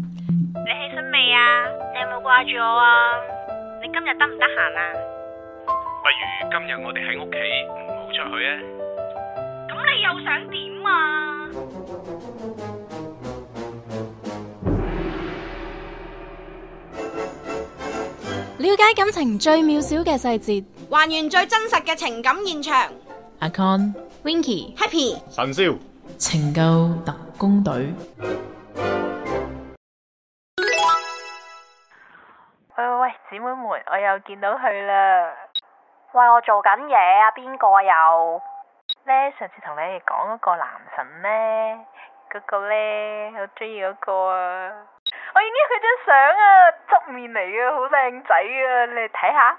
你起身未啊？你有冇掛住我啊？你今日得唔得閒啊？不如今日我哋喺屋企唔好出去啊！咁你又想點啊？了解感情最渺小嘅細節。還原最真實嘅情感現場阿 Con Winky， ，Happy。神少，情救特工隊。喂喂喂，姊妹們，我又見到佢啦。喂，我做緊嘢啊，邊個又？呢，上次同你哋講嗰個男神呢，嗰、個呢，我中意嗰個啊。我影咗佢張相啊，側面嚟嘅，好靚仔啊，你哋睇下。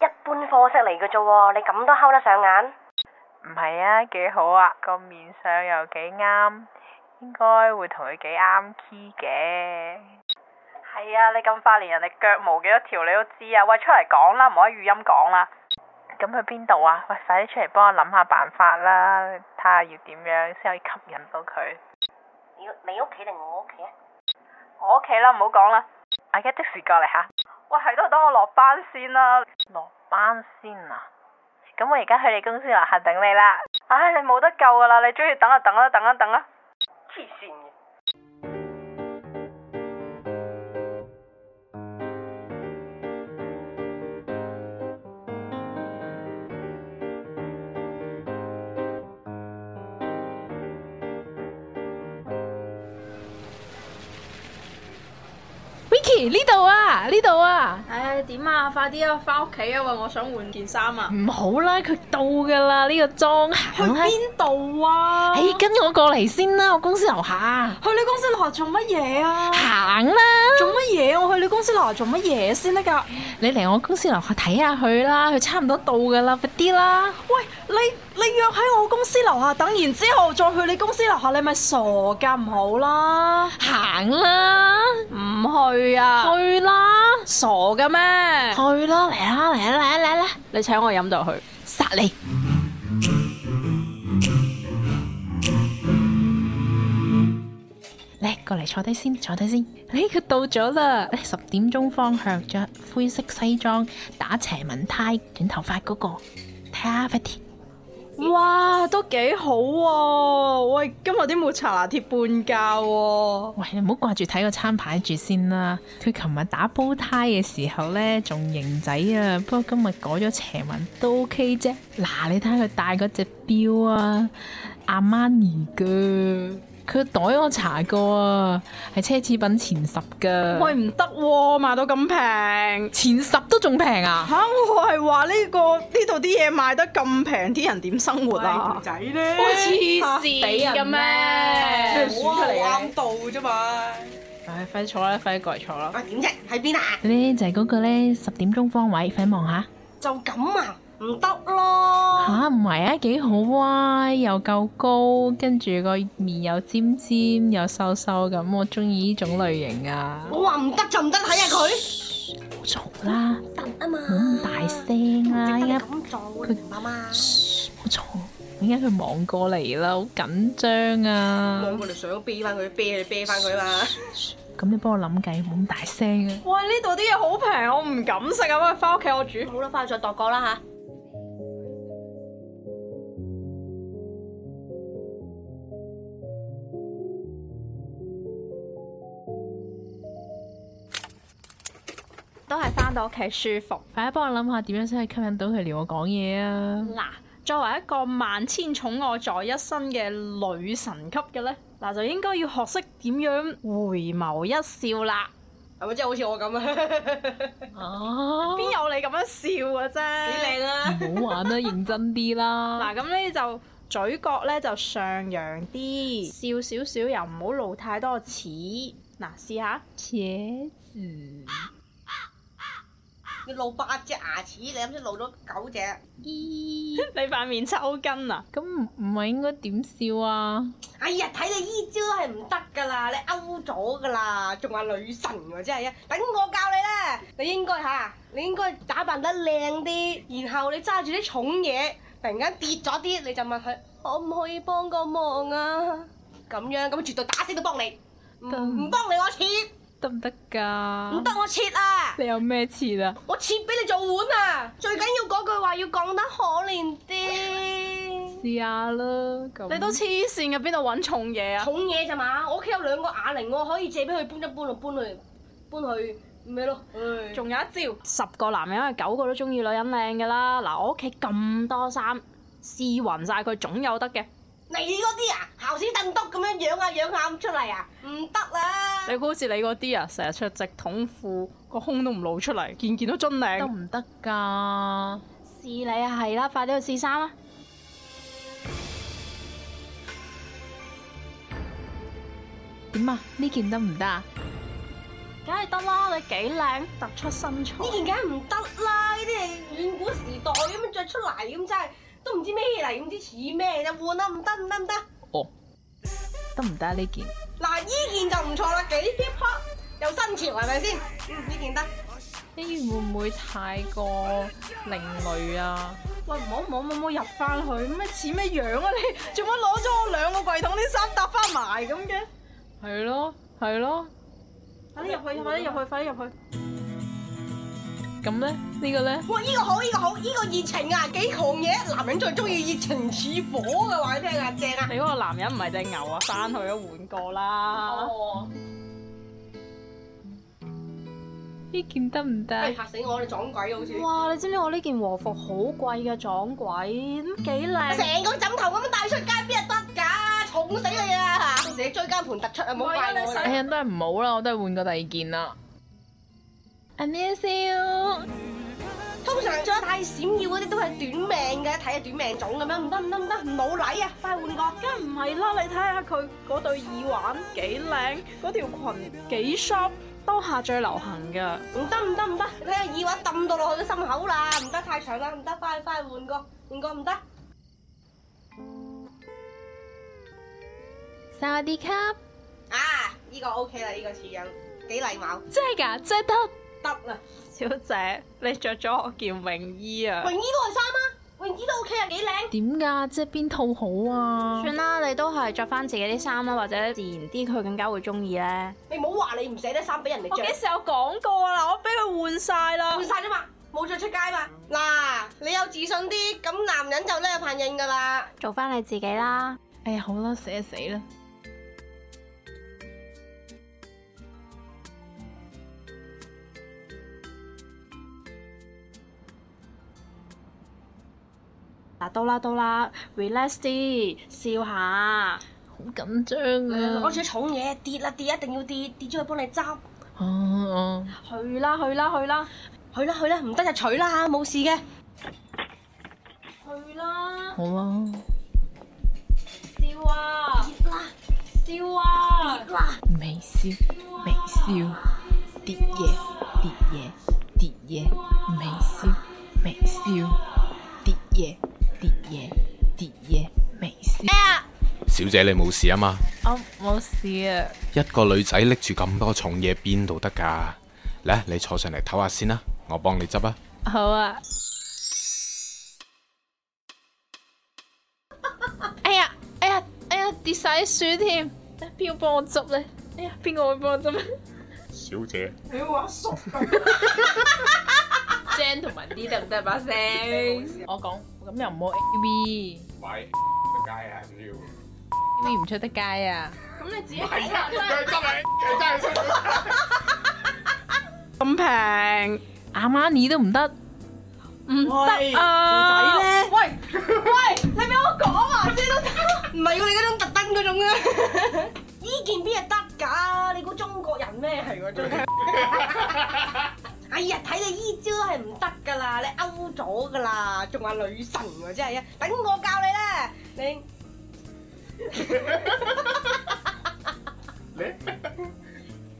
一般貨色嚟嘅啫喎，你咁都睺得上眼？唔係啊，幾好啊，個面相又幾啱，應該會同佢幾啱 key 嘅。係啊，你咁快連人哋腳毛幾多條你都知啊！喂，出嚟講啦，唔可以語音講啦。咁去邊度啊？喂，快啲出嚟幫我諗下辦法啦，睇下要點樣先可以吸引到佢。你你屋企定我屋企啊？我屋企啦，唔好講啦，我而家即時過嚟吓。喂，係都等我落班先啦，落班先啊！咁我而家去你公司樓下等你啦。唉，你冇得救噶啦，你中意等就等啦，等啊等啊！黐線嘅。 Winky 呢度啊，呢度啊，唉，點啊？快啲啊，翻屋企啊！喂，我想換件衫啊。唔好啦，佢到噶啦，呢個裝去行啦。邊度啊？哎，跟我過嚟先啦，我公司樓下去你公司樓下做乜嘢啊？行啦。做乜嘢？我去你公司樓下做乜嘢先得㗎？你嚟我公司樓下睇下佢啦，佢差唔多到噶啦，快啲啦。喂，你你約喺我公司樓下等，然之後再去你公司樓下，你咪傻㗎？唔好啦，行啦，唔去啊，去啦，傻嘅咩？去啦，嚟啦，嚟啦，嚟啦，嚟啦，你請我飲就去。殺你！嚟過嚟坐低先，坐低先。你佢到咗啦，十點鐘方向，着灰色西裝，打斜紋呔，短頭髮嗰、個，睇下快啲。哇，都幾好喎、喂，今日啲抹茶拿鐵半價喎、喂，你唔好掛住睇個餐牌住先啦。佢琴日打煲呔嘅時候呢，仲型仔啊，不過今日改咗斜紋都 OK 啫。嗱，你睇下佢戴嗰隻錶啊，阿瑪尼噶，佢個袋我查過啊，係奢侈品前十噶。喂，，唔得喎，賣到咁平。前十都仲平啊！吓、我係話呢個呢度啲嘢賣得咁平，啲人點生活啊？仔咧，線嘅咩我啱到啫嘛。唉，快啲坐啦，快啲過嚟坐啦。喂，點啫？喺邊啊？呢就係嗰個呢，十點鐘方位，快啲望下。就咁啊？唔得咯。吓，唔係啊，幾好啊，又夠高，跟住個面又尖尖又瘦瘦咁，我中意呢種類型啊。我話唔得就唔得，睇下佢。好嘈啦，得啊嘛冇咁大聲啦，依家點解你咁做佢媽媽？噓冇嘈，依家佢望過嚟啦，好緊張望啊。過嚟水都啤翻佢，啤你啤翻佢嘛。咁你幫我諗計，冇咁大聲啊。喂，呢度啲嘢好平，我唔敢食啊！喂，翻屋企我煮。好啦，翻去再度過啦吓。都係翻到屋企舒服。快啲幫我諗下點樣先可以吸引到佢撩我講嘢啊！嗱，作為一個萬千寵愛在一身嘅女神級嘅呢，嗱就應該要學識點樣回眸一笑啦。係咪即係好似我咁 啊？哦，邊有你咁樣笑嘅啫？幾靚啊！唔好玩啦，認真啲啦。嗱，咁呢就嘴角呢就上揚啲，笑少少又唔好露太多齒。嗱，試下。茄子。你露八隻牙齒，你啱先露咗九隻。咦， 你塊面抽筋啊！咁唔唔係應該點笑啊？哎呀，睇你依招係唔得㗎啦，你勾咗㗎啦，仲話女神喎，真係啊！等我教你啦，你應該嚇，你應該打扮得靚啲，然後你揸住啲重嘢，突然間跌咗啲，你就問佢可唔可以幫個忙啊？咁樣咁絕對打死都幫你。唔唔幫你我切，得唔得噶？唔得我切啊！你有咩切啊？我切俾你做碗啊！最緊要嗰句話要講得可憐啲，試下啦，咁你都黐線嘅，邊度揾重嘢啊？重嘢咋嘛？我屋企有兩個啞鈴，我可以借俾佢搬一搬就搬去搬去咩咯？唉仲有一招，十個男人有九個都中意女人靚嘅啦。嗱，我屋企咁多衫，試勻晒佢總有得嘅。你嗰啲啊，姣屎凳篤咁樣養啊養下咁出嚟啊，唔得啦！你估好似你嗰啲啊，成日着直筒褲，個胸都唔露出嚟，件件都樽得領。唔得噶？試你啊，係啦，快啲去試衫啊！點啊？呢件得唔得啊？梗係得啦，你幾靚，突出身材呢。件梗係唔得啦！呢啲係遠古時代咁樣着出嚟咁真係都唔知咩嚟，唔知似咩就換啦，唔得唔得唔得！哦得唔得啊呢件？嗱，呢件就唔錯啦，幾 hip hop 又新潮係咪先？嗯，呢件得。呢件會唔會太過另類啊？喂，唔好唔好唔好入翻去，咩似咩樣啊你？ 做乜攞咗我兩個櫃桶啲衫搭翻埋咁嘅？係咯，係咯。快啲入去，快啲入去，快啲入去！咁咧，呢個咧，哇！呢、個好，呢、個好，呢、個熱情啊，幾狂野！男人最中意熱情似火嘅話，你聽啊，正啊！你嗰個男人唔係隻牛啊，翻去都換過啦。哦，呢件得唔得啊哎？嚇死我！你撞鬼好似，哇！你知唔知我呢件和服好貴嘅撞鬼，咁幾靚？成個枕頭咁樣帶出街邊係得㗎？重死你啊！到時你追加盤突出啊，冇怪我啦哎呀，都係唔好啦，我都係換過第二件啦。a n i s u 通常着得太閃耀嗰啲都係短命嘅，一睇就短命種咁樣，唔得唔得唔得，唔老禮啊！快換個。梗唔係啦，你睇下佢嗰對耳環幾靚，嗰條裙幾 sharp，當下最流行㗎。唔得唔得唔得，你睇下耳環抌到落去個心口啦，唔得太長啦，唔得，快快換個，換個唔得。沙瓦迪卡，啊，呢、個 OK 啦，呢、個似樣，幾禮貌，真係㗎，真係得。得啦。小姐，你着咗我件泳衣啊！泳衣都係衫啊，泳衣都 OK 啊，幾靚。點㗎？即係邊套好啊？算啦，你都係着翻自己啲衫啦，或者自然啲，佢更加會中意咧。你唔好話你唔捨得衫俾人哋我幾着，時有講過啦？我俾佢換晒啦換。晒啫嘛，冇着出街嘛。嗱，你有自信啲，咁男人就咧扮應噶啦。做翻你自己啦。哎呀，好啦，死啊死啦！嗱，到啦到啦，relax 啲，笑下。好緊張攞啊！住重嘢跌啦跌，一定要跌，跌咗去幫你執。哦，去啦去啦去啦去啦去啦，唔得就取啦，冇事嘅。去啦！好啦，笑 à. 啊！笑啊！微笑，微笑，跌嘢，跌嘢，跌嘢，微笑，微笑，跌嘢，跌嘢，跌嘢，微笑。小姐你冇事啊嘛？我冇事啊，一個女仔拎住咁多重嘢，邊度得㗎？嚟，你坐上嚟唞下先啦，我幫你執啊。好啊。哎呀，哎呀，哎呀，跌晒啲書添，哎邊個幫我執咧？哎呀，邊個會幫我執咧小姐，你話叔？gentleman 啲得唔得把聲？我講咁又唔好 A V。喂，街啊要。 V 唔出得街啊！係啊，佢執你，佢真係咁平阿瑪尼都唔得，唔得啊！仔咧？喂喂，你俾我講啊，先都得。唔係要你嗰種特登嗰種啊。 呢件邊係得㗎？你估中國人咩係喎？真係。哎呀，睇你依招係唔得㗎啦，你勾咗㗎啦，仲話女神喎，真係啊！等我教你咧，你。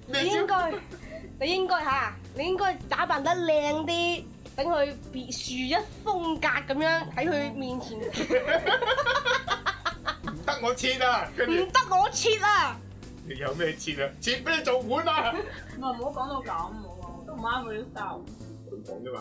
你應該，你應該嚇，你應該打扮得靚啲，等佢別樹一風格咁樣喺佢面前，唔唔得我切啊！跟得我切啊！你有咩切啊？切俾你做碗啊！唔好講到咁，都唔啱佢 style。佢講啫嘛。